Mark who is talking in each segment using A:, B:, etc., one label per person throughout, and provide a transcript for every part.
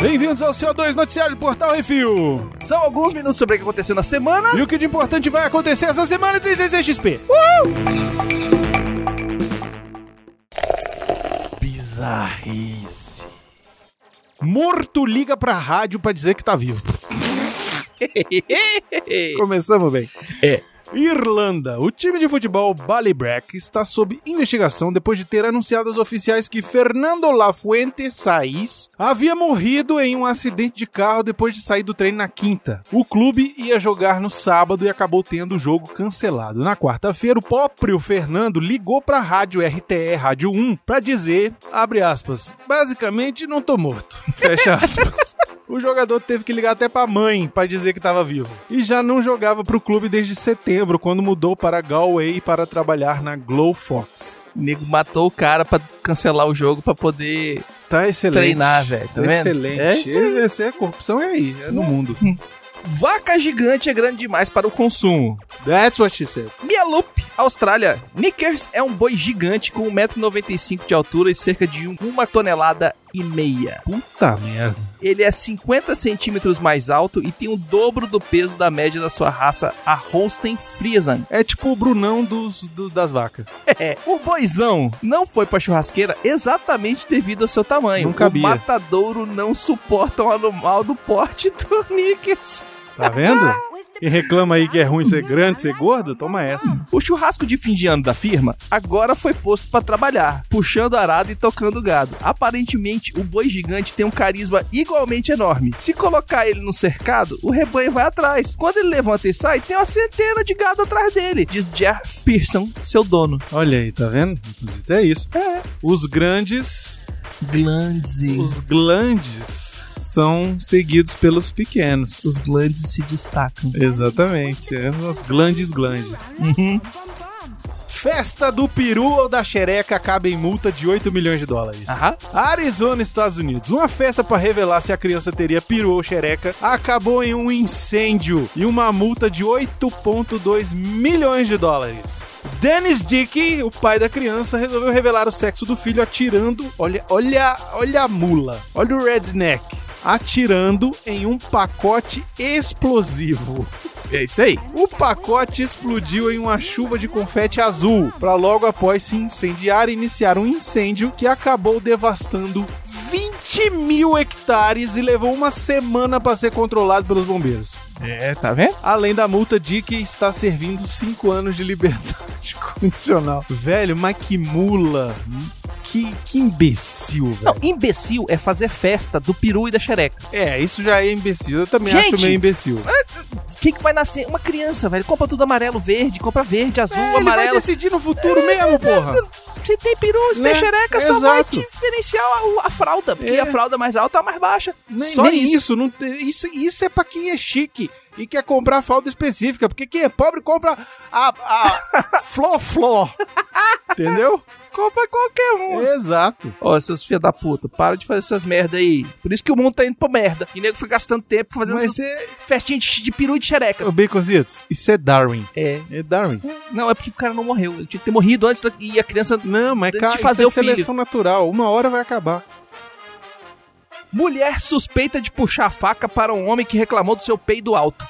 A: Bem-vindos ao CO2 Noticiário do Portal Refil.
B: São alguns minutos sobre o que aconteceu na semana.
A: E o que de importante vai acontecer essa semana em 366XP?
B: Bizarrice.
A: Morto liga pra rádio pra dizer que tá vivo. Começamos bem.
B: É.
A: Irlanda. O time de futebol Ballybrack está sob investigação depois de ter anunciado aos oficiais que Fernando Lafuente Saiz havia morrido em um acidente de carro depois de sair do treino na quinta. O clube ia jogar no sábado e acabou tendo o jogo cancelado. Na quarta-feira, o próprio Fernando ligou para a rádio RTE Rádio 1 para dizer, abre aspas, basicamente não tô morto. Fecha aspas. O jogador teve que ligar até pra mãe pra dizer que tava vivo. E já não jogava pro clube desde setembro, quando mudou para Galway para trabalhar na Glow Fox.
B: O nego matou o cara pra cancelar o jogo pra poder
A: Tá excelente.
B: treinar, velho. Tá vendo?
A: excelente.
B: É isso aí.
A: Esse- esse é corrupção é aí, é no mundo.
B: Vaca gigante é grande demais para o consumo.
A: Hum. That's what she said.
B: Mialup, Austrália. Nickers é um boi gigante com 1,95m de altura e cerca de 1 tonelada e meia.
A: Puta merda.
B: Ele é 50 centímetros mais alto e tem o dobro do peso da média da sua raça, a Holstein Friesen.
A: É tipo o Brunão dos, do- das vacas.
B: É, o boizão não foi pra churrasqueira exatamente devido ao seu tamanho.
A: Não cabia.
B: O matadouro não suporta um animal do porte do Nickers.
A: Tá vendo? E reclama aí que é ruim ser grande, ser gordo? Toma essa.
B: O churrasco de fim de ano da firma agora foi posto pra trabalhar, puxando arado e tocando gado. Aparentemente, o boi gigante tem um carisma igualmente enorme. Se colocar ele no cercado, o rebanho vai atrás. Quando ele levanta e sai, tem uma centena de gado atrás dele, diz Jeff Pearson, seu dono.
A: Olha aí, tá vendo? Inclusive é isso.
B: É.
A: Os grandes
B: Glandes. Os,
A: Os glandes são seguidos pelos pequenos.
B: os glandes se destacam.
A: Exatamente, as glandes glandes. Festa do peru ou da xereca acaba em multa de 8 milhões de dólares.
B: Aham.
A: Arizona, Estados Unidos. Uma festa para revelar se a criança teria peru ou xereca acabou em um incêndio e uma multa de 8,2 milhões de dólares. Dennis Dickey, o pai da criança, resolveu revelar o sexo do filho atirando. Olha, olha, olha a mula. Olha o redneck. Atirando em um pacote explosivo.
B: É isso aí.
A: O pacote explodiu em uma chuva de confete azul, para logo após se incendiar e iniciar um incêndio que acabou devastando 20 mil hectares e levou uma semana para ser controlado pelos bombeiros.
B: É, tá vendo?
A: Além da multa de que está servindo 5 anos de liberdade condicional. Velho, mas que mula. Que, que imbecil,
B: Não,
A: velho.
B: imbecil é fazer festa do peru e da xereca.
A: É, isso já é imbecil. Eu também
B: Gente!
A: acho meio imbecil.
B: O que, que vai nascer? Uma criança, velho. Compra tudo amarelo, verde, compra verde, azul,
A: É, ele vai
B: amarelo.
A: decidir no futuro mesmo, porra.
B: Se tem peru, se
A: Né?
B: tem xereca, só vai
A: Exato.
B: diferenciar a, a fralda. Porque
A: É.
B: a fralda mais alta é a mais baixa.
A: Nem,
B: só
A: nem
B: isso.
A: isso. não tem- isso. Isso é pra quem é chique e quer comprar falda específica, porque quem é pobre compra a, a flor-flor. Entendeu?
B: Compra qualquer um.
A: Exato.
B: Ó, seus filha da puta, para de fazer essas merda aí. Por isso que o mundo tá indo pra merda. E nego fica gastando tempo fazendo
A: Mas
B: essas
A: é.
B: festinhas de, de peru e de xereca.
A: Ô, Baconzitos, isso é Darwin.
B: É.
A: É Darwin.
B: Não, é porque o cara não morreu. Ele tinha que ter morrido antes da, e a criança
A: Não, mas
B: Antes
A: cara,
B: de fazer
A: isso é
B: o filho.
A: seleção natural. Uma hora vai acabar.
B: Mulher suspeita de puxar a faca para um homem que reclamou do seu peido alto.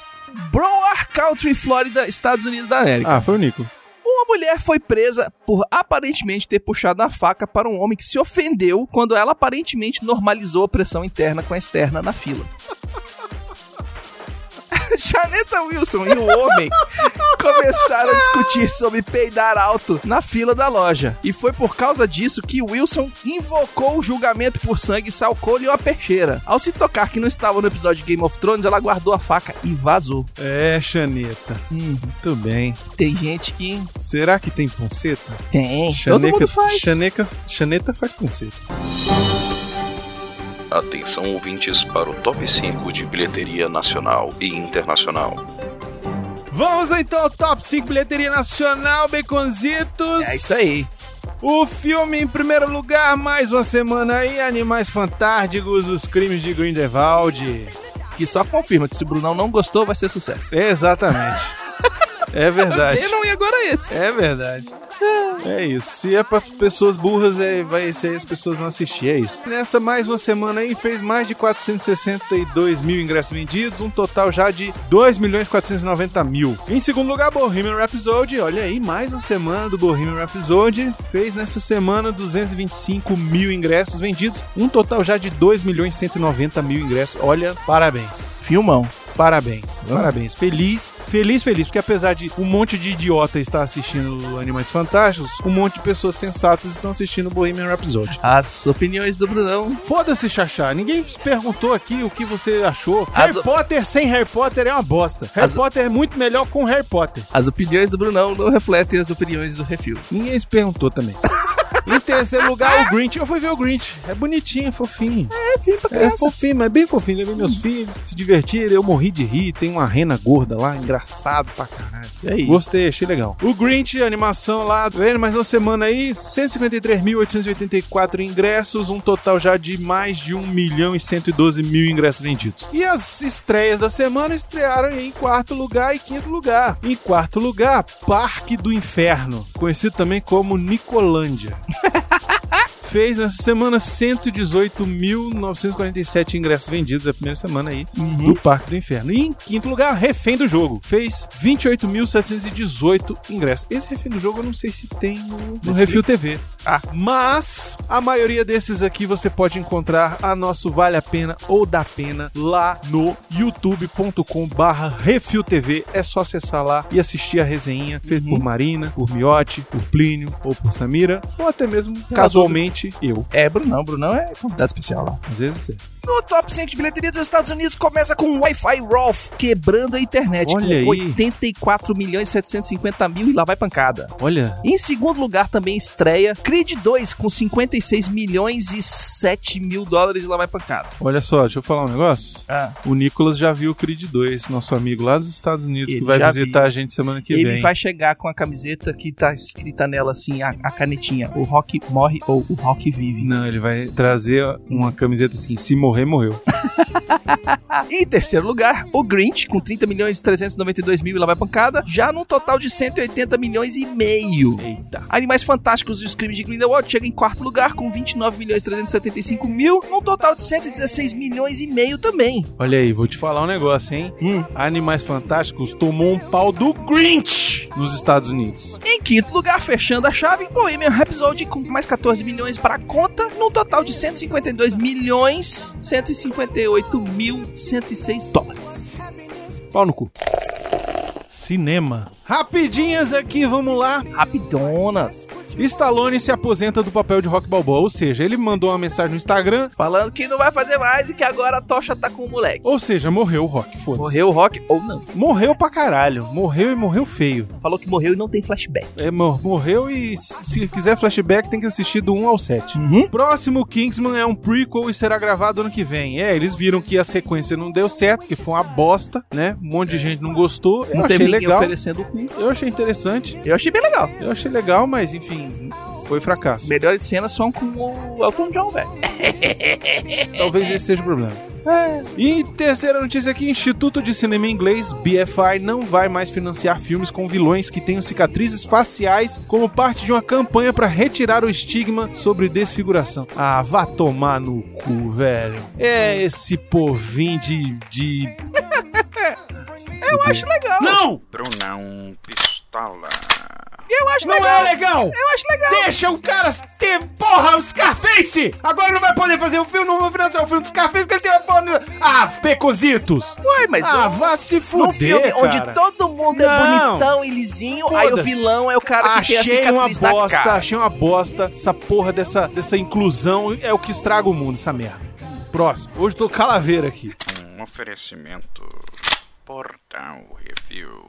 B: Broward Country, Flórida, Estados Unidos da América.
A: Ah, foi o Nicolas.
B: Uma mulher foi presa por aparentemente ter puxado a faca para um homem que se ofendeu quando ela aparentemente normalizou a pressão interna com a externa na fila. Janeta Wilson e o homem começaram a discutir sobre peidar alto na fila da loja. E foi por causa disso que Wilson invocou o julgamento por sangue e salcou-lhe uma peixeira. Ao se tocar que não estava no episódio de Game of Thrones, ela guardou a faca e vazou.
A: É, Xaneta.
B: Hum,
A: Muito bem.
B: tem gente que
A: Será que tem ponceta?
B: tem. Todo
A: Xaneca-
B: mundo faz.
A: Xaneca, Xaneta faz ponceta.
C: Atenção ouvintes para o top 5 de bilheteria nacional e internacional.
A: Vamos então ao top 5 bilheteria nacional, Baconzitos.
B: É isso aí.
A: O filme em primeiro lugar, mais uma semana aí, Animais Fantásticos, Os Crimes de Grindelwald.
B: Que só confirma que se o Brunão não gostou, vai ser sucesso.
A: Exatamente. É verdade.
D: Venom e agora esse.
A: É verdade. É isso. Se é pra pessoas burras, é, vai ser as pessoas vão assistir. É isso. Nessa mais uma semana aí, fez mais de 462 mil ingressos vendidos, um total já de 2 milhões 490 mil. Em segundo lugar, Bohemian Rhapsody. Olha aí, mais uma semana do Bohemian Rhapsody. Fez nessa semana 225 mil ingressos vendidos, um total já de 2 milhões 190 mil ingressos. Olha, parabéns.
B: Filmão.
A: Parabéns,
B: Hum.
A: parabéns. Feliz, feliz, feliz, porque apesar de um monte de idiota estar assistindo Animais Fantásticos, um monte de pessoas sensatas estão assistindo Bohemian Rhapsody.
B: As opiniões do Brunão.
A: Foda-se, Xaxá. Ninguém perguntou aqui o que você achou.
B: As-
A: Harry Potter sem Harry Potter é uma bosta. Harry
B: As-
A: Potter é muito melhor com Harry Potter.
B: As opiniões do Brunão não refletem as opiniões do Refil.
A: Ninguém se perguntou também. em terceiro lugar, o Grinch. Eu fui ver o Grinch. É bonitinho, é fofinho.
B: É fim pra
A: É fofinho, mas bem fofinho. Levei meus filhos, se divertiram. Eu morri de rir. Tem uma rena gorda lá, engraçado pra caralho.
B: E aí?
A: Gostei, achei legal. O Grinch, a animação lá, tá vendo? Mais uma semana aí, 153.884 ingressos, um total já de mais de 1 milhão e 112 mil ingressos vendidos. E as estreias da semana estrearam em quarto lugar e quinto lugar. Em quarto lugar, Parque do Inferno, conhecido também como Nicolândia. Fez nessa semana 118.947 ingressos vendidos, a primeira semana aí do Parque do Inferno. E em quinto lugar, Refém do Jogo. Fez 28.718 ingressos. Esse Refém do Jogo eu não sei se tem no, no Refil TV.
B: Ah.
A: Mas a maioria desses aqui você pode encontrar a nosso Vale a Pena ou Dá Pena lá no youtube.com barra Refil TV. É só acessar lá e assistir a resenha feita por Marina, por Miotti, por Plínio ou por Samira. Ou até mesmo, casualmente, eu.
B: É, Brunão. Brunão é convidado especial lá.
A: Às vezes é.
B: No top 5 de bilheteria dos Estados Unidos começa com o Wi-Fi Rolf quebrando a internet
A: Olha aí.
B: com 84 milhões e 750 mil e lá vai pancada.
A: Olha,
B: Em segundo lugar também estreia Creed 2 com 56 milhões e 7 mil dólares e lá vai pancada.
A: olha só, deixa eu falar um negócio.
B: Ah,
A: O Nicolas já viu o Creed 2, nosso amigo lá dos Estados Unidos,
B: Ele
A: que vai
B: já
A: visitar
B: viu.
A: a gente semana que
B: ele
A: vem.
B: vai chegar com a camiseta que tá escrita nela assim, a, a canetinha, o rock morre ou o rock vive.
A: Não, ele vai trazer uma camiseta assim, se morrer, morreu.
B: Ah, em terceiro lugar, o Grinch com 30 milhões e 392 mil e lá vai pancada, já num total de 180 milhões e meio.
A: Eita.
B: Animais Fantásticos e os Crimes de Grindelwald chega em quarto lugar com 29 milhões e 375 mil, num total de 116 milhões e meio também.
A: Olha aí, vou te falar um negócio, hein? Animais Fantásticos tomou um pau do Grinch nos Estados Unidos.
B: Em quinto lugar, fechando a chave, Bohemian Rhapsody com mais 14 milhões para a conta, num total de 152 milhões 158 mil 106 dólares.
A: Pau no cu. Cinema. Rapidinhas aqui, vamos lá.
B: Rapidonas.
A: Stallone se aposenta do papel de Rock Balboa, ou seja, ele mandou uma mensagem no Instagram,
B: Falando que não vai fazer mais e que agora a tocha tá com o moleque.
A: ou seja, morreu o Rock, foda-se.
B: Morreu o Rock ou não.
A: Morreu pra caralho. Morreu e morreu feio.
B: Falou que morreu e não tem flashback.
A: É, mor- morreu e se quiser flashback tem que assistir do 1 ao 7. Próximo Kingsman é um prequel e será gravado ano que vem. É, eles viram que a sequência não deu certo, que foi uma bosta, né? Um monte de gente não gostou. Eu
B: não
A: achei
B: teve ninguém
A: legal.
B: oferecendo o cu.
A: Eu achei interessante.
B: Eu achei bem legal.
A: Eu achei legal, mas enfim, foi fracasso.
B: Melhores cenas são com o Elton John, velho.
A: Talvez esse seja o problema. E terceira notícia aqui: Instituto de Cinema Inglês, BFI, não vai mais financiar filmes com vilões que tenham cicatrizes faciais como parte de uma campanha para retirar o estigma sobre desfiguração. Ah, vá tomar no cu, velho. É esse povinho de. de... Eu acho legal. Não!
C: Brunão Pistola.
B: Eu acho
A: Não é legal!
B: Eu acho legal.
A: Deixa o cara ter. Porra, o Scarface! Agora não vai poder fazer o filme, não vou financiar o filme do Scarface porque ele tem uma. porra- Ah, pecositos!
B: Ué, mas
A: ah,
B: o-
A: vá se
B: num
A: fuder,
B: Tipo um filme
A: cara.
B: onde todo mundo é
A: Não.
B: bonitão e lisinho, aí o
A: Foda-se.
B: vilão é o cara que tem a
A: Achei uma
B: cicatriz na
A: bosta,
B: cara.
A: achei uma bosta. Essa porra dessa, dessa inclusão é o que estraga o mundo, essa merda. Próximo. Hoje eu tô calaveira aqui.
C: Um oferecimento. Portal Review.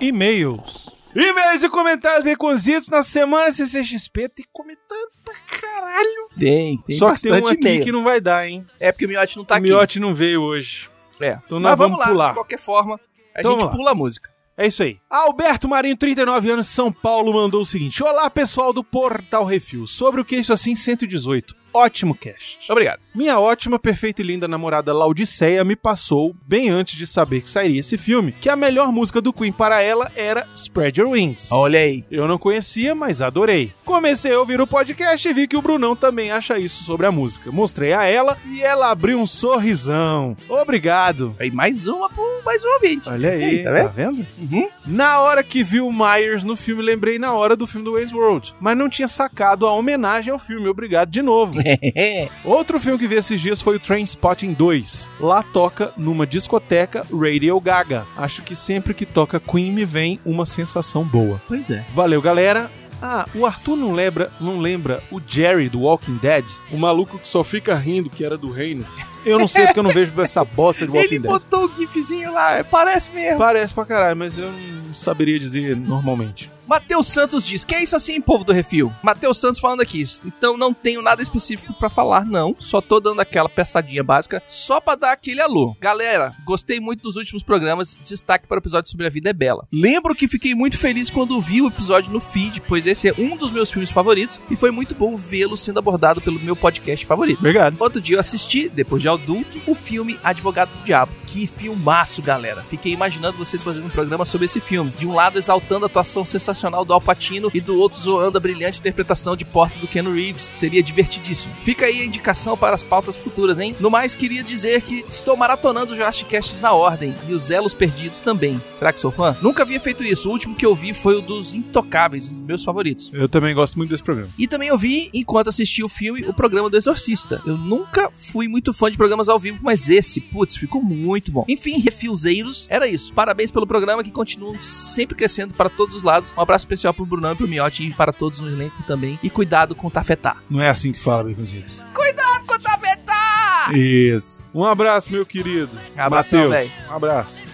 A: E-mails. E-mails e comentários baconzitos na semana CCXP. Tem comentário pra caralho.
B: Tem, tem
A: Só que tem um aqui que não vai dar, hein?
B: É porque o Miotti não tá
A: o
B: aqui.
A: Miotti não veio hoje.
B: É.
A: Então
B: Mas
A: nós vamos
B: vamos lá,
A: pular.
B: de qualquer forma, a
A: Então
B: gente
A: vamos lá.
B: pula a música.
A: É isso aí. Alberto Marinho, 39 anos, São Paulo, mandou o seguinte: Olá, pessoal do Portal Refil. Sobre o que isso assim 118. ótimo cast.
B: Obrigado.
A: Minha ótima, perfeita e linda namorada Laodiceia me passou, bem antes de saber que sairia esse filme, que a melhor música do Queen para ela era Spread Your Wings.
B: Olha aí.
A: Eu não conhecia, mas adorei. Comecei a ouvir o podcast e vi que o Brunão também acha isso sobre a música. Mostrei a ela e ela abriu um sorrisão. Obrigado.
B: Aí mais uma pro mais um ouvinte.
A: Olha
B: Isso
A: aí,
B: tá vendo?
A: vendo?
B: Uhum.
A: Na hora que vi o Myers no filme, lembrei na hora do filme do Wayne's World, mas não tinha sacado a homenagem ao filme. Obrigado de novo.
B: É.
A: Outro filme que vi esses dias foi o Trainspotting 2. Lá toca numa discoteca Radio Gaga. Acho que sempre que toca Queen me vem uma sensação boa.
B: pois é.
A: Valeu, galera. Ah, o Arthur não lembra, não lembra o Jerry do Walking Dead? O maluco que só fica rindo que era do reino. Eu não sei porque eu não vejo essa bosta de Walking
B: Ele
A: Dead.
B: botou o gifzinho lá, parece mesmo.
A: Parece pra caralho, mas eu não saberia dizer normalmente.
B: Matheus Santos diz: Que é isso assim, povo do refil? Matheus Santos falando aqui. Então não tenho nada específico pra falar, não. Só tô dando aquela peçadinha básica só pra dar aquele alô. Galera, gostei muito dos últimos programas. Destaque para o episódio sobre a vida é bela. Lembro que fiquei muito feliz quando vi o episódio no feed, pois esse é um dos meus filmes favoritos e foi muito bom vê-lo sendo abordado pelo meu podcast favorito.
A: Obrigado.
B: Outro dia eu assisti, depois de adulto, o filme Advogado do Diabo. Que filmaço, galera. Fiquei imaginando vocês fazendo um programa sobre esse filme. De um lado, exaltando a atuação sensacional do Al Pacino e do outro, zoando a brilhante interpretação de Porta do Ken Reeves. Seria divertidíssimo. Fica aí a indicação para as pautas futuras, hein? No mais, queria dizer que estou maratonando os Jurassic Casts na ordem e os Elos Perdidos também. Será que sou fã? Nunca havia feito isso. O último que eu vi foi o dos Intocáveis, um dos meus favoritos.
A: Eu também gosto muito desse programa.
B: E também eu vi, enquanto assisti o filme, o programa do Exorcista. Eu nunca fui muito fã de programas ao vivo, mas esse, putz, ficou muito bom. Enfim, refilzeiros, era isso. Parabéns pelo programa que continua sempre crescendo para todos os lados. Um abraço especial pro Brunão e pro Miotti e para todos no elenco também. E cuidado com o tafetá.
A: Não é assim que fala, Baconzitos.
B: Cuidado com o tafetá!
A: Isso. Um abraço, meu querido.
B: Abração,
A: Mateus, Um abraço.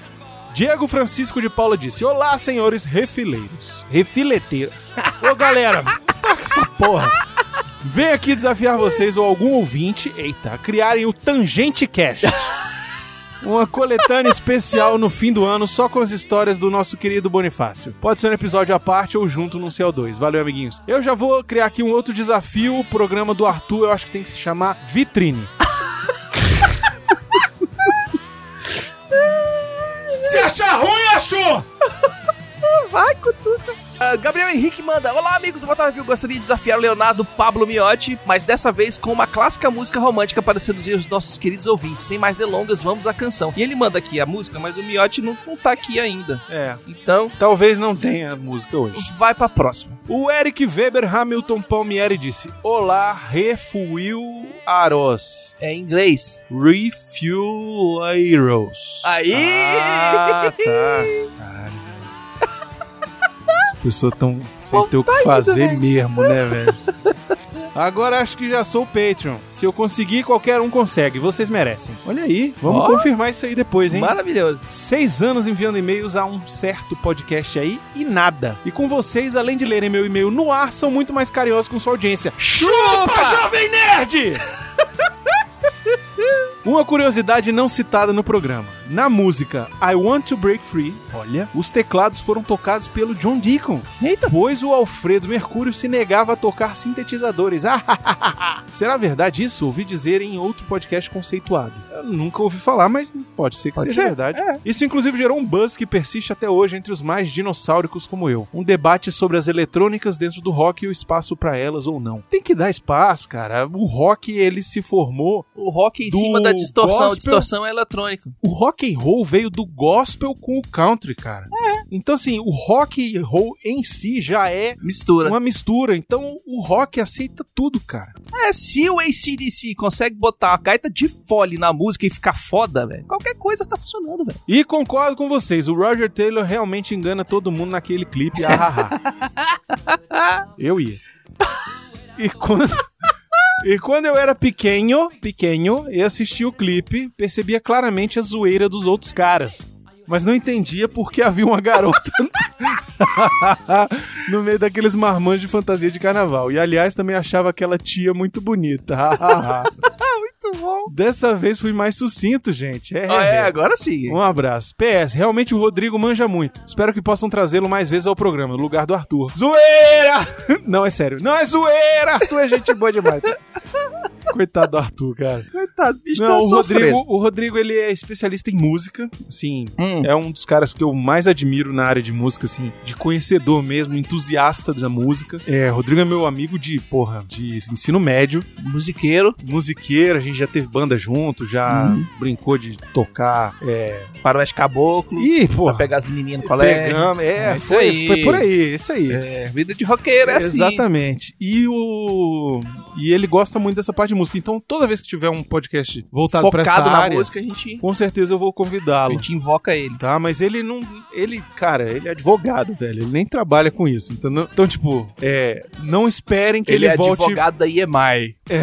A: Diego Francisco de Paula disse: Olá, senhores refileiros. Refileteiros. Ô, galera, toca essa porra. Vem aqui desafiar vocês ou algum ouvinte, eita, a criarem o Tangente Cast. Uma coletânea especial no fim do ano só com as histórias do nosso querido Bonifácio. Pode ser um episódio à parte ou junto num CO2. Valeu, amiguinhos. Eu já vou criar aqui um outro desafio. O programa do Arthur eu acho que tem que se chamar Vitrine. Se achar ruim, achou!
B: Vai, cutuca. Ah, Gabriel Henrique manda: Olá, amigos do Botafogo. Gostaria de desafiar o Leonardo Pablo Miotti, mas dessa vez com uma clássica música romântica para seduzir os nossos queridos ouvintes. Sem mais delongas, vamos à canção. E ele manda aqui a música, mas o Miotti não, não tá aqui ainda.
A: É,
B: Então,
A: talvez não tenha música hoje.
B: vai pra próxima.
A: O Eric Weber Hamilton Palmieri disse: Olá, refuil Aros.
B: É em inglês.
A: Refuel Aros.
B: Aí!
A: Ah, tá. Caralho. As pessoas tão sem ter o que fazer mesmo, né, velho? Agora acho que já sou o Patreon. Se eu conseguir, qualquer um consegue. Vocês merecem. Olha aí, vamos
B: Ó.
A: confirmar isso aí depois, hein?
B: Maravilhoso.
A: Seis anos enviando e-mails a um certo podcast aí e nada. E com vocês, além de lerem meu e-mail no ar, são muito mais carinhosos com sua audiência. Chupa, Jovem Nerd! Uma curiosidade não citada no programa. Na música I Want to Break Free, olha, os teclados foram tocados pelo John Deacon,
B: Eita.
A: pois o Alfredo Mercúrio se negava a tocar sintetizadores. Ah, Será verdade isso? Ouvi dizer em outro podcast conceituado. Eu nunca ouvi falar, mas pode ser que
B: Pode
A: seja
B: ser.
A: verdade.
B: É.
A: Isso inclusive gerou um buzz que persiste até hoje entre os mais dinossáuricos como eu. Um debate sobre as eletrônicas dentro do rock e o espaço pra elas ou não. Tem que dar espaço, cara. O rock ele se formou.
B: O rock em
A: Do
B: cima da distorção.
A: gospel.
B: Distorção é eletrônico.
A: O rock and roll veio do gospel com o country, cara. Então assim, o rock and roll em si já é
B: Mistura.
A: uma mistura. Então o rock aceita tudo, cara.
B: É, se o ACDC consegue botar a gaita de fole na música e ficar foda, velho, qualquer coisa tá funcionando, velho.
A: E concordo com vocês, o Roger Taylor realmente engana todo mundo naquele clipe. Ahaha. eu ia. E quando. E quando eu era pequeno, pequeno, e assisti o clipe, percebia claramente a zoeira dos outros caras. Mas não entendia por que havia uma garota no meio daqueles marmanjos de fantasia de carnaval. E aliás, também achava aquela tia muito bonita.
B: Muito bom.
A: Dessa vez fui mais sucinto, gente. É,
B: Ah, é, agora sim.
A: um abraço. PS, realmente o Rodrigo manja muito. Espero que possam trazê-lo mais vezes ao programa, no lugar do Arthur. Zoeira! Não, é sério. Não é zoeira! Arthur é gente boa demais. Coitado do Arthur, cara.
B: Coitado, bicho,
A: Não,
B: tá
A: o
B: sofrendo.
A: Rodrigo, o Rodrigo, ele é especialista em música, assim,
B: Hum.
A: é um dos caras que eu mais admiro na área de música, assim, de conhecedor mesmo, entusiasta da música. É, Rodrigo é meu amigo de, porra, de ensino médio,
B: Musiqueiro,
A: musiqueiro, a gente já teve banda junto, já brincou de tocar, é...
B: faroeste caboclo,
A: Ih,
B: pra
A: porra,
B: pegar as menininhas no colégio.
A: pegamos, é,
B: É isso
A: foi,
B: aí.
A: foi por aí, isso aí.
B: É, vida de roqueiro é assim.
A: Exatamente. E o e ele gosta muito dessa parte de música. Então, toda vez que tiver um podcast voltado pra essa
B: Focado na
A: área,
B: música, a gente,
A: com certeza eu vou
B: a
A: convidá-lo.
B: gente invoca ele.
A: Tá, mas ele não. Ele, cara, ele é advogado, velho. Ele nem trabalha com isso. Então, não- então tipo, é, não esperem que ele,
B: Ele, é
A: volte. É.
B: advogado da IEMAI.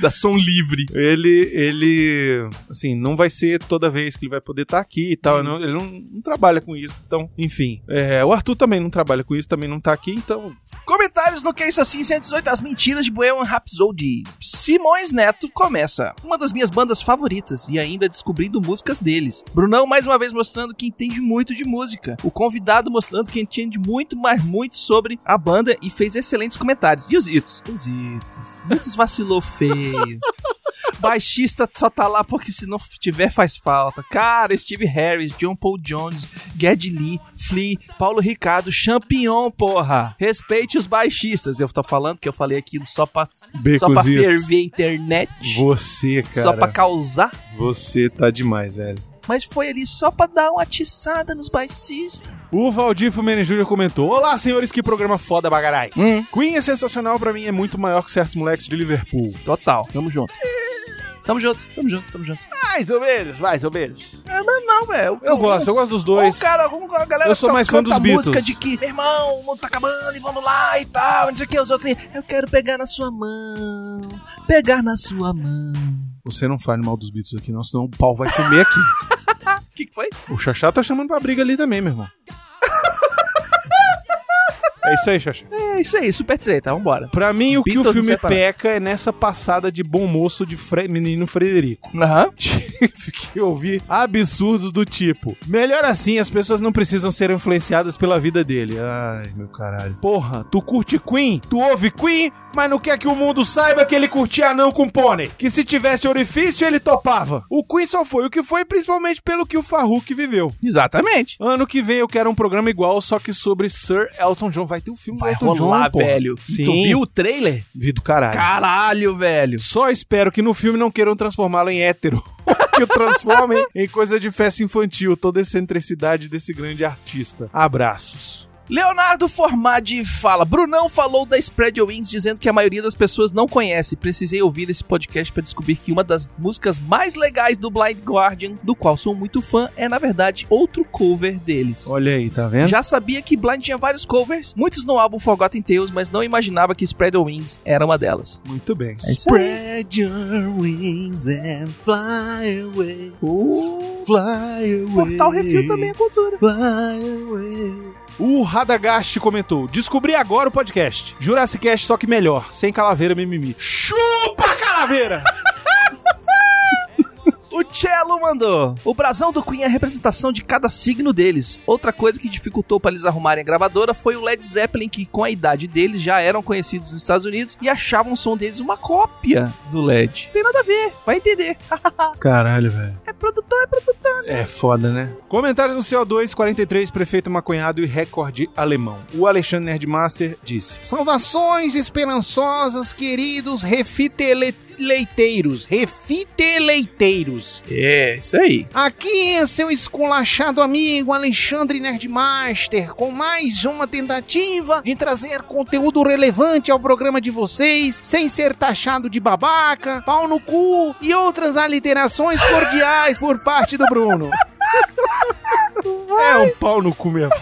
B: da Som Livre.
A: Ele, ele, assim, não vai ser toda vez que ele vai poder estar aqui e tal.
B: Uhum.
A: não- ele não, não trabalha com isso. Então, enfim. É, o Arthur também não trabalha com isso, também não tá aqui. Então,
B: Comentários no Que É Isso Assim 118, As Mentiras de Bohemian Rhapsody. Simões Neto começa. Uma das minhas bandas favoritas e ainda descobrindo músicas deles. Brunão mais uma vez mostrando que entende muito de música. O convidado mostrando que entende muito, mas muito sobre a banda e fez excelentes comentários. E os Itos? Os Itos. Os Itos vacilou feio. Baixista só tá lá porque se não tiver faz falta. Cara, Steve Harris, John Paul Jones, Ged Lee, Flea, Paulo Ricardo, Champignon, porra. Respeite os baixistas. Eu tô falando que eu falei aquilo só pra, só pra
A: Becositos,
B: ferver a internet.
A: você,
B: Só pra
A: cara,
B: causar.
A: você tá demais, velho.
B: Mas foi ali só pra dar uma atiçada nos baixistas.
A: O Valdir Fumene Júnior comentou: Olá, senhores, que programa foda, bagarai. Queen é sensacional, pra mim é muito maior que certos moleques de Liverpool.
B: Total. Tamo junto. Tamo junto, tamo junto, tamo junto.
A: Mais ou menos, mais ou menos.
B: Ah, Não, velho.
A: Eu gosto, eu gosto dos
B: Ô,
A: dois.
B: cara, um- a galera
A: Eu sou
B: to-
A: mais fã
B: canta
A: dos Beatles.
B: música de que, meu irmão, o mundo tá acabando e vamos lá e tal, não sei o que, os outros, eu quero pegar na sua mão, pegar na sua mão.
A: Você não fale mal dos Beatles aqui, não, senão o pau vai comer aqui.
B: O que, que foi?
A: O Xaxá tá chamando pra briga ali também, meu irmão. É isso aí, Xaxá.
B: É isso aí, super treta, vambora.
A: Pra mim, o que o
B: Beatles
A: filme
B: separado.
A: peca é nessa passada de bom moço de Fre- menino Frederico.
B: Aham.
A: tive que ouvir absurdos do tipo. Melhor assim, as pessoas não precisam ser influenciadas pela vida dele. Ai, meu caralho. Porra, tu curte Queen? Tu ouve Queen? Mas não quer que o mundo saiba que ele curtia anão com pônei. Que se tivesse orifício, ele topava. O Queen só foi o que foi, principalmente pelo que o Farruk viveu.
B: Exatamente.
A: Ano que vem eu quero um programa igual, só que sobre Sir Elton John. Vai ter um filme
B: Vai
A: do Elton
B: rolar,
A: John, porra.
B: velho.
A: Sim.
B: Tu viu o trailer?
A: Vi do caralho.
B: Caralho, velho.
A: Só espero que no filme não queiram transformá-lo em hétero. que o transformem em coisa de festa infantil, toda a excentricidade desse grande artista. Abraços.
B: Leonardo Formadi fala: Brunão falou da Spread Your Wings dizendo que a maioria das pessoas não conhece. Precisei ouvir esse podcast para descobrir que uma das músicas mais legais do Blind Guardian, do qual sou muito fã, é na verdade outro cover deles.
A: Olha aí, tá vendo?
B: Já sabia que Blind tinha vários covers, muitos no álbum Forgotten Tales, mas não imaginava que Spread Your Wings era uma delas.
A: Muito bem.
B: É isso
A: Spread your wings and fly away. Uh.
B: O
A: Fly away.
B: Portal Refil também é cultura.
A: Fly away. O Radagast comentou: Descobri agora o podcast. Jurassic Cast, só que melhor. Sem calaveira mimimi. Chupa calaveira!
B: O Cello mandou. O brasão do Queen é a representação de cada signo deles. Outra coisa que dificultou para eles arrumarem a gravadora foi o Led Zeppelin, que com a idade deles já eram conhecidos nos Estados Unidos e achavam o som deles uma cópia do Led. Não tem nada a ver, vai entender.
A: Caralho, velho.
B: É produtor, é produtor.
A: É foda, né? Comentários no CO2, 43, prefeito maconhado e recorde alemão. O Alexandre Nerdmaster disse: Saudações esperançosas, queridos refiteleiteiros. Refiteleiteiros.
B: É, isso aí.
A: Aqui é seu esculachado amigo Alexandre Nerdmaster com mais uma tentativa de trazer conteúdo relevante ao programa de vocês, sem ser taxado de babaca, pau no cu e outras aliterações cordiais por parte do Bruno. É um pau no cu mesmo.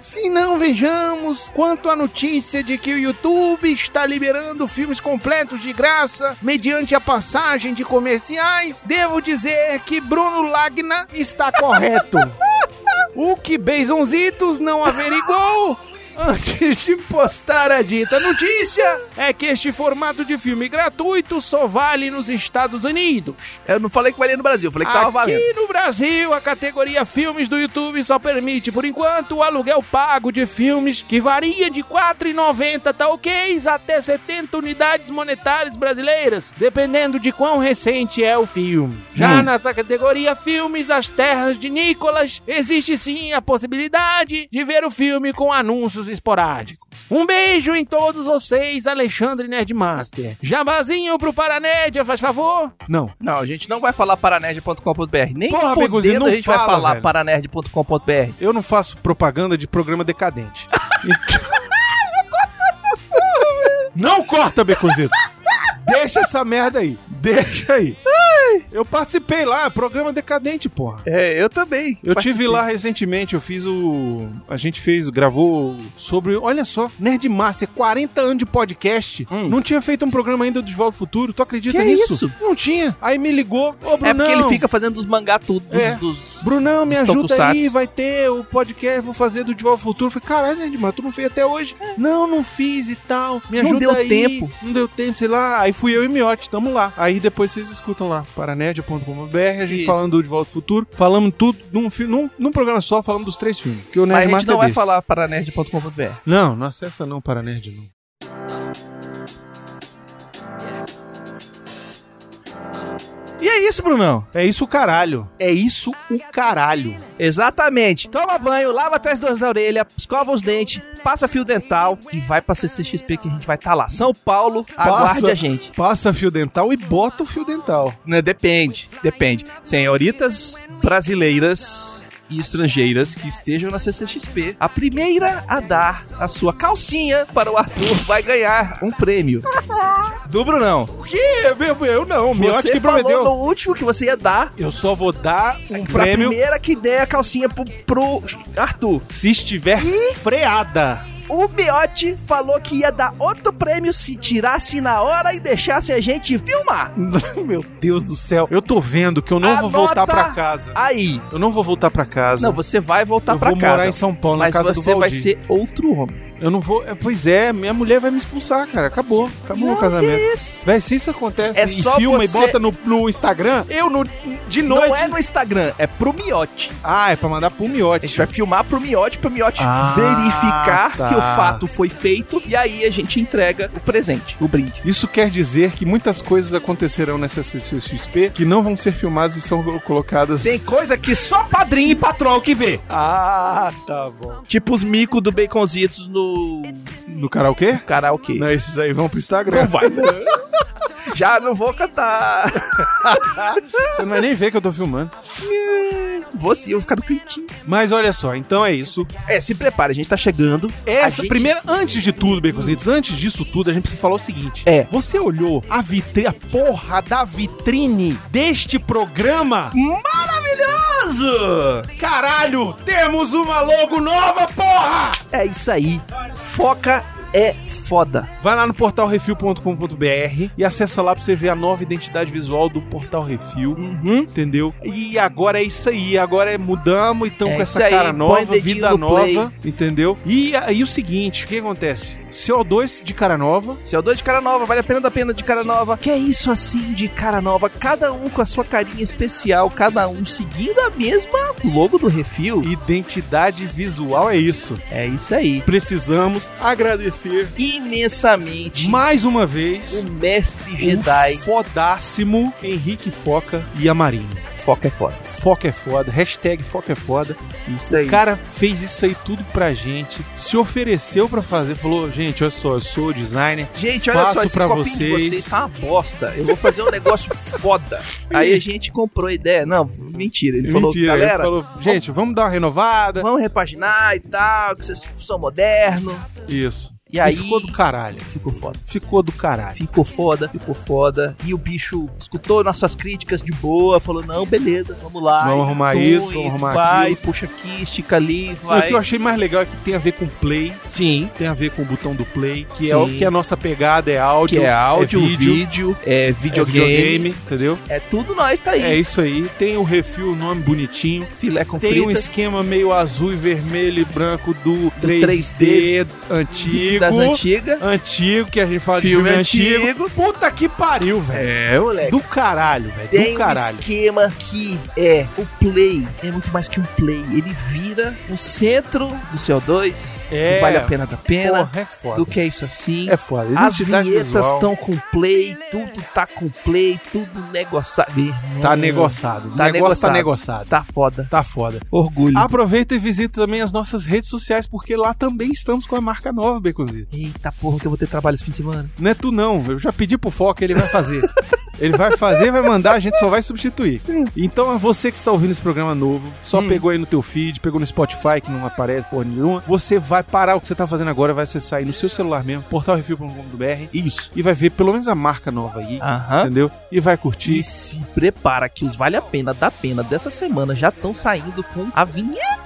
A: Se não vejamos quanto à notícia de que o YouTube está liberando filmes completos de graça mediante a passagem de comerciais, devo dizer que Bruno Lagna está correto. O que Beizonzitos não averigou Antes de postar a dita notícia, é que este formato de filme gratuito só vale nos Estados Unidos.
B: Eu não falei que valia no Brasil, eu falei que tava valendo.
A: tá Aqui no Brasil, a categoria filmes do YouTube só permite, por enquanto, o aluguel pago de filmes que varia de R$ 4,90 talquês tá até 70 unidades monetárias brasileiras, dependendo de quão recente é o filme. Já
B: Hum.
A: na categoria filmes das terras de Nicolas, existe sim a possibilidade de ver o filme com anúncios esporádicos. Um beijo em todos vocês, Alexandre Nerdmaster. Jabazinho pro Paranédia, faz favor? Não.
B: Não, a gente não vai falar paranerd.com.br. Nem
A: Porra, Bigozinho,
B: fodendo
A: não
B: a gente vai
A: fala,
B: falar
A: velho.
B: paranerd.com.br.
A: Eu não faço propaganda de programa decadente. não corta, Becozito. Deixa essa merda aí. Deixa aí. Eu participei lá, programa decadente, porra.
B: É, eu também.
A: Eu tive lá recentemente, eu fiz o. A gente fez, gravou sobre. Olha só, Nerdmaster, 40 anos de podcast.
B: Hum.
A: Não tinha feito um programa ainda do De Volta ao Futuro. Tu acredita
B: Que
A: nisso?
B: isso?
A: Não tinha. Aí me ligou. Ô, Brunão,
B: É porque ele fica fazendo os mangá tudo, dos,
A: É.
B: dos-
A: Brunão, me
B: Dos
A: ajuda aí,
B: tokusatsu.
A: vai ter o podcast, vou fazer do De Volta ao Futuro. Eu falei, caralho, Nerdmar, tu não fez até hoje?
B: É.
A: Não, não fiz e tal. Me
B: Não
A: ajuda
B: deu
A: aí.
B: tempo.
A: Não deu tempo, sei lá. Aí fui eu e Miotti, tamo lá. Aí depois vocês escutam lá, paranédia.com.br, a gente
B: Isso.
A: falando do De Volta ao Futuro, falamos tudo num, fi- num, num programa só, falamos dos três filmes. Que o
B: Mas a
A: Nerdmar
B: gente não vai falar paranerd.com.br.
A: Não, não acessa não, Paranerd, não.
B: E é isso, Brunão.
A: É isso o caralho. É isso o caralho.
B: Exatamente. Toma banho, lava atrás das orelhas, escova os dentes, passa fio dental e vai pra CCXP que a gente vai estar lá. São Paulo, aguarde a gente.
A: Passa fio dental e bota o fio dental.
B: Né, depende, depende. Senhoritas brasileiras e estrangeiras que estejam na CCXP, a primeira a dar a sua calcinha para o Arthur vai ganhar um prêmio. Do Brunão.
A: O quê? Eu, eu não, Miotti
B: Você
A: que
B: falou
A: prometeu.
B: no último que você ia dar
A: Eu só vou dar um
B: pra
A: prêmio
B: primeira que der a calcinha pro, pro Arthur.
A: se estiver freada.
B: O Miotti falou que ia dar outro prêmio se tirasse na hora e deixasse a gente filmar.
A: Meu Deus do céu. Eu tô vendo que eu não vou
B: Anota
A: voltar pra casa.
B: Aí.
A: Eu não vou voltar pra casa.
B: Não, você vai voltar
A: eu
B: pra
A: vou
B: casa.
A: morar em São Paulo,
B: mas
A: na casa
B: você
A: do
B: vai
A: Valdir.
B: ser outro homem.
A: Eu não vou... é, pois é, minha mulher vai me expulsar, cara. Acabou. Acabou o casamento.
B: isso?
A: Véi, se isso acontece
B: É
A: e
B: só
A: filma
B: você-
A: e bota no, no Instagram, eu no, de
B: Não
A: noite...
B: é no Instagram, é pro Miote.
A: Ah, é pra mandar pro
B: A gente
A: miote.
B: vai filmar pro Miote, pro Miote
A: Ah,
B: verificar
A: tá.
B: que o fato foi feito e aí a gente entrega o presente, o brinde.
A: Isso quer dizer que muitas coisas acontecerão nessa CCXP que não vão ser filmadas e são colocadas...
B: Tem coisa que só padrinho e patrão que vê.
A: Ah, tá bom.
B: Tipo os micos do Baconzitos no
A: No karaokê?
B: karaokê.
A: Não, esses aí vão pro Instagram.
B: Não Então vai. Já não vou cantar.
A: Você não vai nem ver que eu tô filmando.
B: Vou sim, eu vou ficar no cantinho.
A: Mas olha só, então é isso.
B: É, se prepara, a gente tá chegando. A
A: Essa,
B: gente-
A: primeira, antes de tudo, Baconzitos, antes disso tudo, a gente precisa falar o seguinte.
B: É.
A: Você olhou a vitrine, a porra da vitrine deste programa?
B: Maravilhoso!
A: Caralho, temos uma logo nova, porra!
B: É isso aí. Foca é foda.
A: Vai lá no portalrefil.com.br e acessa lá pra você ver a nova identidade visual do Portal Refil.
B: Uhum.
A: Entendeu? E agora é isso aí. Agora é mudamos e estamos
B: É
A: com
B: isso
A: essa
B: aí,
A: cara
B: põe
A: nova,
B: o dedinho
A: vida
B: no
A: nova.
B: play.
A: Entendeu? E aí o seguinte: o que acontece? CO2 de cara nova.
B: CO2 de cara nova, vale a pena da pena de cara nova. Que é isso assim de cara nova, cada um com a sua carinha especial, cada um seguindo a mesma logo do refil.
A: Identidade visual é isso.
B: É isso aí.
A: Precisamos agradecer
B: Imensamente
A: mais uma vez
B: o mestre
A: o
B: Jedi.
A: fodássimo Henrique Foca e a Marinho.
B: Foca é foda.
A: Foca é foda, hashtag Foca é foda.
B: Isso aí.
A: O cara fez isso aí tudo pra gente, se ofereceu pra fazer, falou: gente, olha só, eu sou designer.
B: Gente, olha
A: faço
B: só, esse
A: pra
B: copinho de
A: vocês.
B: vocês tá uma bosta. Eu vou fazer um negócio foda. Aí a gente comprou a ideia. Não, mentira. Ele falou,
A: Mentira,
B: galera,
A: ele falou, gente, vamos dar uma renovada.
B: vamos repaginar e tal, que vocês são modernos.
A: Isso.
B: E E aí.
A: ficou do caralho.
B: Ficou foda.
A: Ficou do caralho.
B: Ficou foda, ficou foda. E o bicho escutou nossas críticas de boa, falou: não, beleza, vamos lá.
A: Vamos arrumar
B: Então,
A: isso, vamos
B: ele
A: arrumar
B: Vai,
A: aquilo.
B: puxa aqui, estica ali,
A: O
B: vai.
A: que eu achei mais legal é que tem a ver com play,
B: Sim.
A: tem a ver com o botão do play, que é
B: Sim.
A: o que a nossa pegada é áudio,
B: Que é áudio, vídeo,
A: vídeo,
B: é
A: é
B: videogame. É,
A: videogame, entendeu?
B: tudo nós, tá aí.
A: É isso aí. Tem o refil, o nome bonitinho.
B: Filé com
A: Tem um
B: fritas.
A: esquema meio azul e vermelho e branco do 3D,
B: 3D
A: antigo.
B: Das antigas.
A: Antigo, que a gente fala
B: Filme
A: de filme antigo.
B: antigo.
A: Puta que pariu, velho.
B: É, moleque.
A: Do caralho, velho.
B: Tem
A: Do
B: um
A: caralho.
B: esquema que é o play. É muito mais que um play. Ele vira o centro do CO2.
A: É.
B: do Vale a pena da pena.
A: Porra, é foda.
B: do que é isso assim.
A: É foda.
B: As
A: Identidade
B: vinhetas
A: visual
B: estão com play, tudo tá com play, tudo negociado. Irmão,
A: Tá negociado.
B: Tá
A: o negócio tá
B: negociado.
A: negociado.
B: Tá foda. Ah,
A: Tá foda.
B: Orgulho.
A: Aproveita e visita também as nossas redes sociais, porque lá também estamos com a marca nova, Baconzitos.
B: Eita porra, que eu vou ter trabalho esse fim de semana.
A: Não é tu não, eu já pedi pro Foca, ele vai fazer. Ele vai fazer, vai mandar, a gente só vai substituir. Então é você que está ouvindo esse programa novo, só
B: Hum.
A: pegou aí no teu feed, pegou no Spotify, que não aparece porra nenhuma. Você vai parar o que você tá fazendo agora, vai acessar aí no seu celular mesmo, portalrefil.com.br
B: Isso.
A: e vai ver pelo menos a marca nova aí,
B: Aham.
A: entendeu? E vai curtir.
B: E se prepara que os vale a pena da pena dessa semana já estão saindo com a vinheta.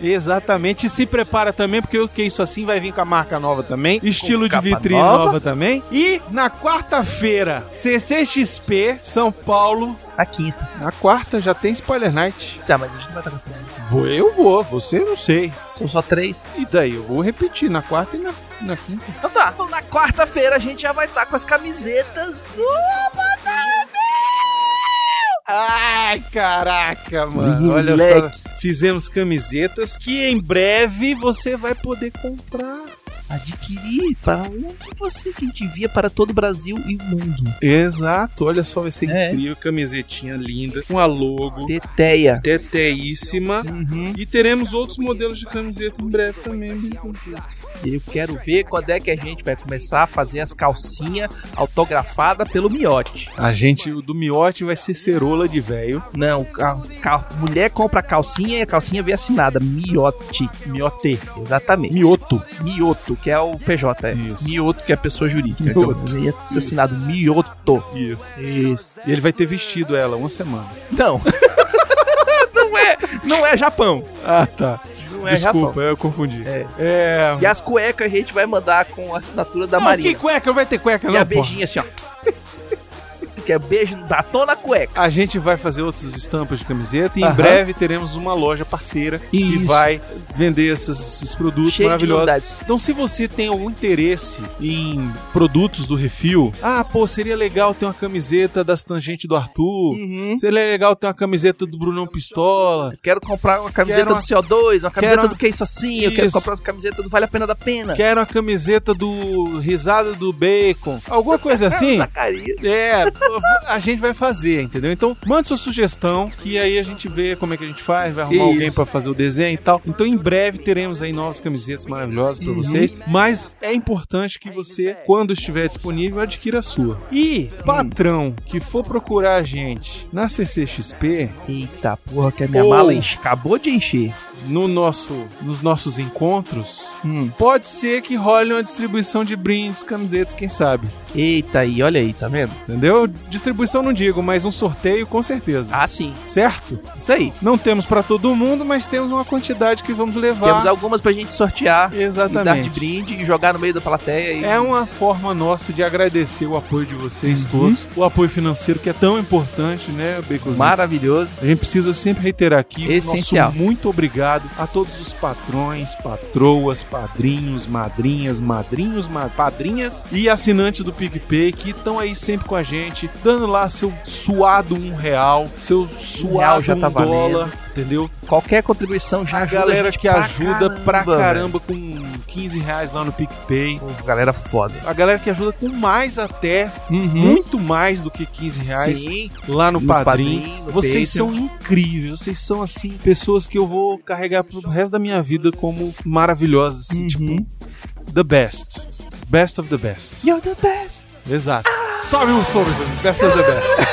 A: Exatamente. E se prepara também, porque o que isso assim vai vir com a marca nova também. Estilo de
B: capa
A: vitrine nova.
B: nova.
A: também. E na quarta-feira, CCXP, São Paulo.
B: A quinta.
A: Na quarta já tem Spoiler Night.
B: Já, mas a gente não vai tá estar gostando.
A: Vou, eu vou, você eu não sei.
B: né? São só três.
A: E daí? Eu vou repetir na quarta e na, na quinta.
B: Então tá. Então, na quarta-feira a gente já vai estar com as camisetas do
A: Ai, caraca, mano. Olha
B: Moleque.
A: só. Fizemos camisetas que em breve você vai poder comprar.
B: Adquirir para onde você que a gente via para todo o Brasil e o mundo.
A: Exato, olha só, vai ser
B: É.
A: incrível. Camisetinha linda, com a logo.
B: Teteia.
A: teteíssima.
B: Uhum.
A: E teremos outros modelos de camiseta em breve também.
B: Eu quero ver quando é que a gente vai começar a fazer as calcinhas autografadas pelo miote.
A: A gente, o do miote vai ser cerola de velho.
B: Não, a, ca- mulher compra a calcinha e a calcinha vem assinada. Miote.
A: Miote.
B: Exatamente.
A: Mioto.
B: Mioto, que é o PJ. É.
A: Isso.
B: Mioto, que é a pessoa jurídica.
A: Mioto.
B: Então, vem assinado Mioto.
A: Isso.
B: Isso.
A: E ele vai ter vestido ela uma semana.
B: Não. não é, não é Japão.
A: Ah, tá.
B: Não é Japão.
A: Desculpa, eu confundi.
B: É.
A: É.
B: E as cuecas a gente vai mandar com a assinatura da
A: Não,
B: Maria.
A: Ah, que cueca? Vai ter cueca,
B: E
A: não,
B: a
A: pô.
B: beijinha assim, ó. que é beijo da tona cueca.
A: A gente vai fazer outras estampas de camiseta e em
B: Aham.
A: breve teremos uma loja parceira que
B: Isso.
A: vai vender esses, esses produtos
B: Cheio de
A: maravilhosos.
B: novidades.
A: Então, se você tem algum interesse em produtos do refil, ah, pô, seria legal ter uma camiseta das tangentes do Arthur,
B: Uhum.
A: seria legal ter uma camiseta do Brunão Pistola.
B: Quero comprar uma
A: Quero
B: camiseta
A: uma-
B: do CO2, uma camiseta
A: Quero uma-
B: do Que Isso Assim, eu quero
A: Isso.
B: comprar uma camiseta do Vale a Pena da Pena.
A: Quero uma camiseta do Risada do Bacon. Alguma coisa assim?
B: Zacarias.
A: É, a gente vai fazer, entendeu? Então, manda sua sugestão que aí a gente vê como é que a gente faz, vai arrumar
B: Isso.
A: alguém pra fazer o desenho e tal. Então, em breve teremos aí novas camisetas maravilhosas pra vocês, mas é importante que você, quando estiver disponível, adquira a sua. E patrão que for procurar a gente na CCXP,
B: Eita porra, que a minha
A: Ou-
B: mala enche- acabou de encher.
A: no nosso nos nossos encontros,
B: Hum.
A: pode ser que role uma distribuição de brindes, camisetas, quem sabe,
B: Eita aí, olha aí, tá vendo?
A: entendeu? Distribuição não digo, mas um sorteio com certeza.
B: Ah, sim.
A: Certo?
B: Isso aí.
A: Não temos pra todo mundo, mas temos uma quantidade que vamos levar.
B: Temos algumas pra gente sortear. E dar de
A: Exatamente.
B: brinde e jogar no meio da plateia. E...
A: É uma forma nossa de agradecer o apoio de vocês todos, o apoio financeiro que é tão importante, né, Baconzitos?
B: maravilhoso.
A: A gente precisa sempre reiterar aqui o
B: Essencial.
A: nosso muito obrigado a todos os patrões, patroas, padrinhos, madrinhas, madrinhos, ma- padrinhas e assinantes do PicPay que estão aí sempre com a gente, dando lá seu suado um real, seu suado
B: já tá
A: um dólar,
B: valendo.
A: entendeu?
B: Qualquer contribuição já
A: a
B: ajuda.
A: galera
B: gente
A: que ajuda pra
B: velho.
A: caramba com 15 reais lá no PicPay.
B: Pô, Galera foda.
A: A galera que ajuda com mais até, muito mais do que 15 reais
B: Hum? Sim.
A: lá no,
B: No
A: Padrim.
B: Padrim, no
A: vocês
B: Patreon.
A: são incríveis, vocês são assim, pessoas que eu vou carregar pro resto da minha vida como maravilhosas, assim,
B: Uhum.
A: tipo, the best. Best of the best.
B: You're the best.
A: Exato. Sobe o som, best of the best.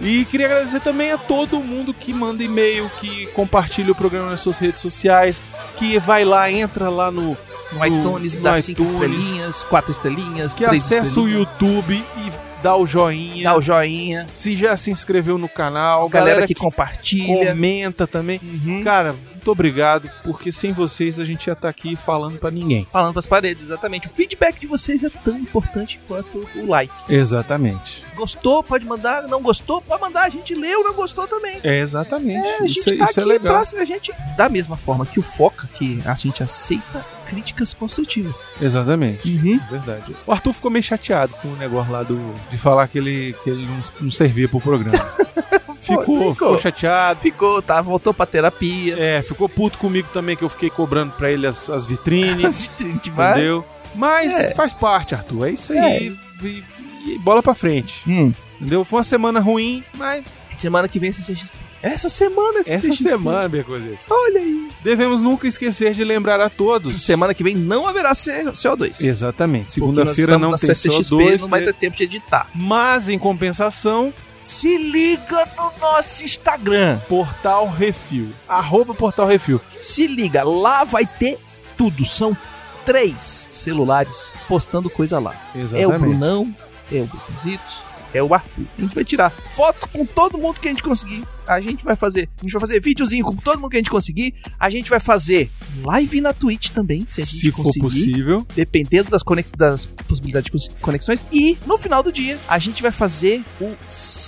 A: E queria agradecer também a todo mundo que manda e-mail, que compartilha o programa nas suas redes sociais, que vai lá, entra lá no.
B: No Um iTunes dá
A: no
B: cinco
A: iTunes.
B: estrelinhas, quatro estrelinhas,
A: Que
B: três
A: acessa o
B: estrelinhas.
A: YouTube e dá o joinha.
B: Dá o joinha.
A: Se já se inscreveu no canal,
B: Galera,
A: galera
B: que,
A: que
B: compartilha.
A: comenta também.
B: Uhum.
A: Cara, muito obrigado, porque sem vocês a gente ia estar aqui falando pra ninguém.
B: Falando pras paredes, exatamente. O feedback de vocês é tão importante quanto o like.
A: Exatamente.
B: Gostou? Pode mandar. Não gostou? Pode mandar. A gente leu, não gostou também.
A: É, exatamente.
B: É, a gente
A: isso é-
B: tá
A: isso é
B: aqui
A: legal.
B: pra- a gente da mesma forma que o foca que a gente aceita críticas construtivas.
A: Exatamente. Verdade. O Arthur ficou meio chateado com o negócio lá do, de falar que ele, que ele não, não servia pro programa. ficou,
B: ficou.
A: ficou. chateado.
B: Ficou, tá? Voltou pra terapia.
A: É, ficou puto comigo também que eu fiquei cobrando pra ele as, as vitrines,
B: Triste, mas-
A: entendeu? Mas
B: É.
A: faz parte, Arthur. É isso aí.
B: É.
A: E, e bola pra frente.
B: Hum.
A: Entendeu? Foi uma semana ruim, mas
B: Semana que vem CCXP. Essa semana,
A: essa
B: CCXP.
A: semana, minha coisa.
B: Olha aí.
A: Devemos nunca esquecer de lembrar a todos.
B: Semana que vem não haverá C- CO2.
A: Exatamente.
B: Porque nós
A: Segunda-feira
B: estamos
A: não
B: na
A: tem
B: CCXP,
A: CO2,
B: não vai ter tempo de editar.
A: Mas, em compensação,
B: Se liga no nosso Instagram.
A: Portal Refil. Arroba Portal Refil.
B: Se liga, lá vai ter tudo. São três celulares postando coisa lá. É o Brunão, é o Brunzitos, é o Arthur. A gente vai tirar foto com todo mundo que a gente conseguir. A gente vai fazer, a gente vai fazer videozinho com todo mundo que a gente conseguir. A gente vai fazer live na Twitch também, se a gente
A: Se for
B: conseguir.
A: possível.
B: Dependendo das, conex- das possibilidades de cons- conexões. E no final do dia, a gente vai fazer o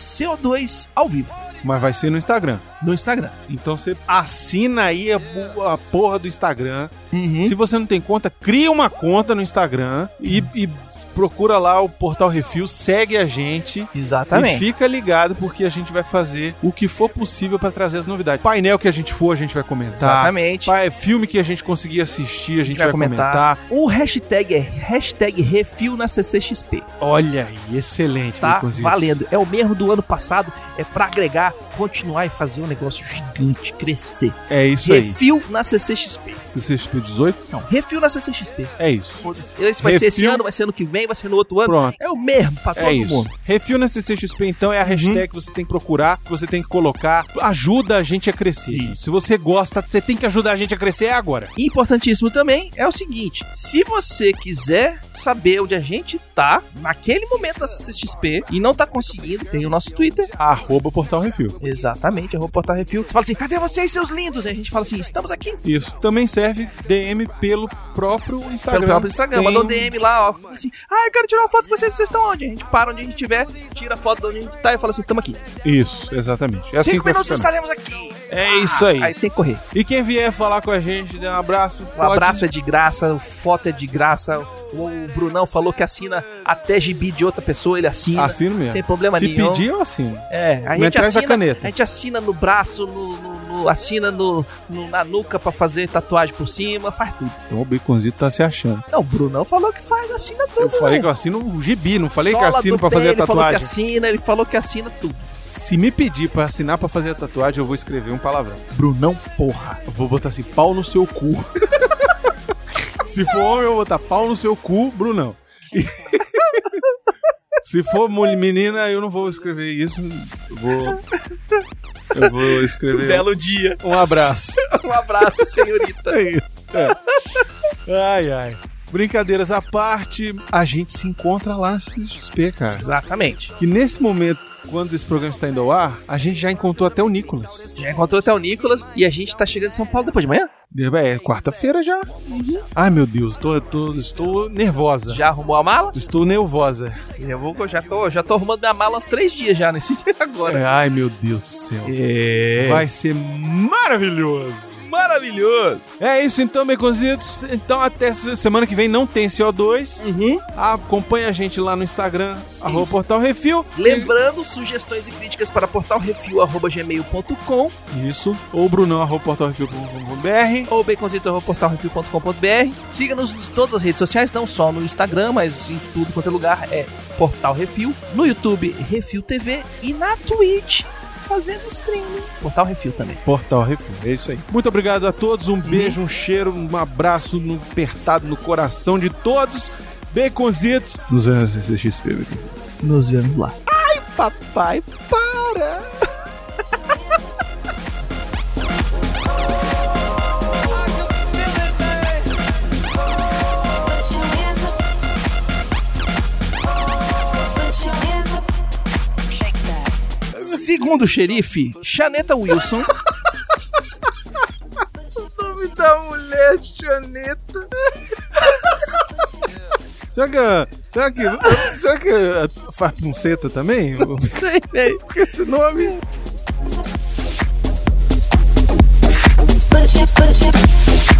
B: CO2 ao vivo
A: Mas vai ser no Instagram.
B: no Instagram.
A: Então você assina aí a, bu- a porra do Instagram.
B: Uhum.
A: Se você não tem conta, cria uma conta no Instagram e, e procura lá o Portal Refil, segue a gente. E
B: Exatamente.
A: fica ligado porque a gente vai fazer o que for possível pra trazer as novidades. Painel que a gente for, a gente vai comentar.
B: Exatamente.
A: Pa- é, filme que a gente conseguir assistir, tá. a gente vai, comentar.
B: O hashtag é hashtag refil na CCXP.
A: Olha aí, excelente.
B: Tá
A: Nicozitos.
B: valendo. É o mesmo do ano passado. É pra agregar, continuar e fazer um negócio gigante crescer.
A: É isso aí.
B: refil na CCXP.
A: CCXP18?
B: Não, refil na CCXP.
A: É isso.
B: Foda-se. Esse vai ser esse
A: Refil.
B: ano, vai ser ano que vem, vai ser no outro ano.
A: Pronto.
B: É o mesmo pra todo
A: É isso.
B: mundo. Uhum.
A: Refil na CCXP, então, é a hashtag que você tem que procurar, que você tem que colocar. Ajuda a gente a crescer. gente. Se você gosta, você tem que ajudar a gente a crescer é agora.
B: E Importantíssimo também é o seguinte: se você quiser saber onde a gente tá naquele momento da CCXP e não tá conseguindo, tem o nosso Twitter,
A: Arroba Portal Refil.
B: Exatamente, arroba Portal Refil. Você fala assim, cadê vocês, seus lindos? Aí a gente fala assim, estamos aqui
A: Isso. Também serve DM pelo próprio Instagram.
B: pelo próprio Instagram.
A: Tem
B: Mandou
A: um-
B: DM lá, ó. fala Assim, ah, eu quero tirar uma foto com vocês, vocês estão onde? A gente para onde a gente estiver, tira a foto de onde a gente tá e fala assim, estamos aqui.
A: Isso, exatamente. É assim
B: Cinco
A: que vai
B: minutos
A: funcionar.
B: estaremos aqui.
A: É isso aí.
B: Aí tem que correr.
A: E quem vier falar com a gente, dê um abraço.
B: O abraço é de graça, o foto é de graça. O, o Brunão falou que assina até gibi de outra pessoa, ele assina.
A: Assino mesmo.
B: Sem problema
A: Se
B: nenhum.
A: pedir, eu assino.
B: É, a
A: Mas
B: gente
A: traz a
B: assina.
A: caneta.
B: A gente assina no braço, no, no- no- assina no, no- na nuca pra fazer tatuagem por cima, faz tudo.
A: Então o Biconzito tá se achando.
B: Não, o Brunão falou que faz, assina tudo.
A: Eu falei
B: né?
A: que eu assino um gibi, não falei que
B: Sola
A: eu assino
B: do
A: pra
B: pé,
A: fazer a
B: Ele falou que
A: tatuagem.
B: assina, ele falou que assina tudo.
A: Se me pedir pra assinar pra fazer a tatuagem, eu vou escrever um palavrão. Brunão, porra. Eu vou botar assim, pau no seu cu. Se for homem, eu vou botar pau no seu cu, Brunão. E- Se for mul- menina, eu não vou escrever isso. Eu vou. Eu vou escrever.
B: dia.
A: Um abraço.
B: um abraço, senhorita.
A: É isso. É. Ai, ai. Brincadeiras à parte, a gente se encontra lá na CXP, cara.
B: Exatamente.
A: E nesse momento, quando esse programa está indo ao ar, a gente já encontrou até o Nicolas.
B: Já encontrou até o Nicolas e a gente tá chegando em São Paulo depois de manhã?
A: É, quarta-feira já. Ai, meu Deus, tô, tô- estou nervosa.
B: Já arrumou a mala?
A: Estou nervosa.
B: Eu vou, já tô, já tô arrumando minha mala há uns três dias já nesse dia agora.
A: Ai, meu Deus do céu.
B: É.
A: Vai ser maravilhoso.
B: Maravilhoso.
A: É isso então, Beconzitos. Então, até se- semana que vem não tem CO2.
B: Uhum.
A: Acompanha a gente lá no Instagram, arroba Portal Refil.
B: Lembrando, sugestões e críticas para portalrefil.gmail.com
A: Isso. Ou Brunão, arroba portalrefil.com.br.
B: ou baconzitos.portalrefil.com.br. Siga-nos em todas as redes sociais, não só no Instagram, mas em tudo quanto é lugar é Portal Refil. No YouTube, Refil TV e na Twitch, fazendo streaming. Portal Refil também.
A: Portal Refil, é isso aí. Muito obrigado a todos, um beijo, um cheiro, um abraço no, apertado no coração de todos. Baconzitos. Nos anos CCXP, Baconzitos.
B: Nos vemos lá. Ai, papai, para! Bora!
D: Put your hands up. Put your hands up. Shake that.
B: Segundo o xerife, Chaneta Wilson,
A: nome da mulher Chaneta. Será que, a- será que. Será que a- faz punceta também?
B: sei, velho.
A: Porque esse nome.
D: Put your, put your,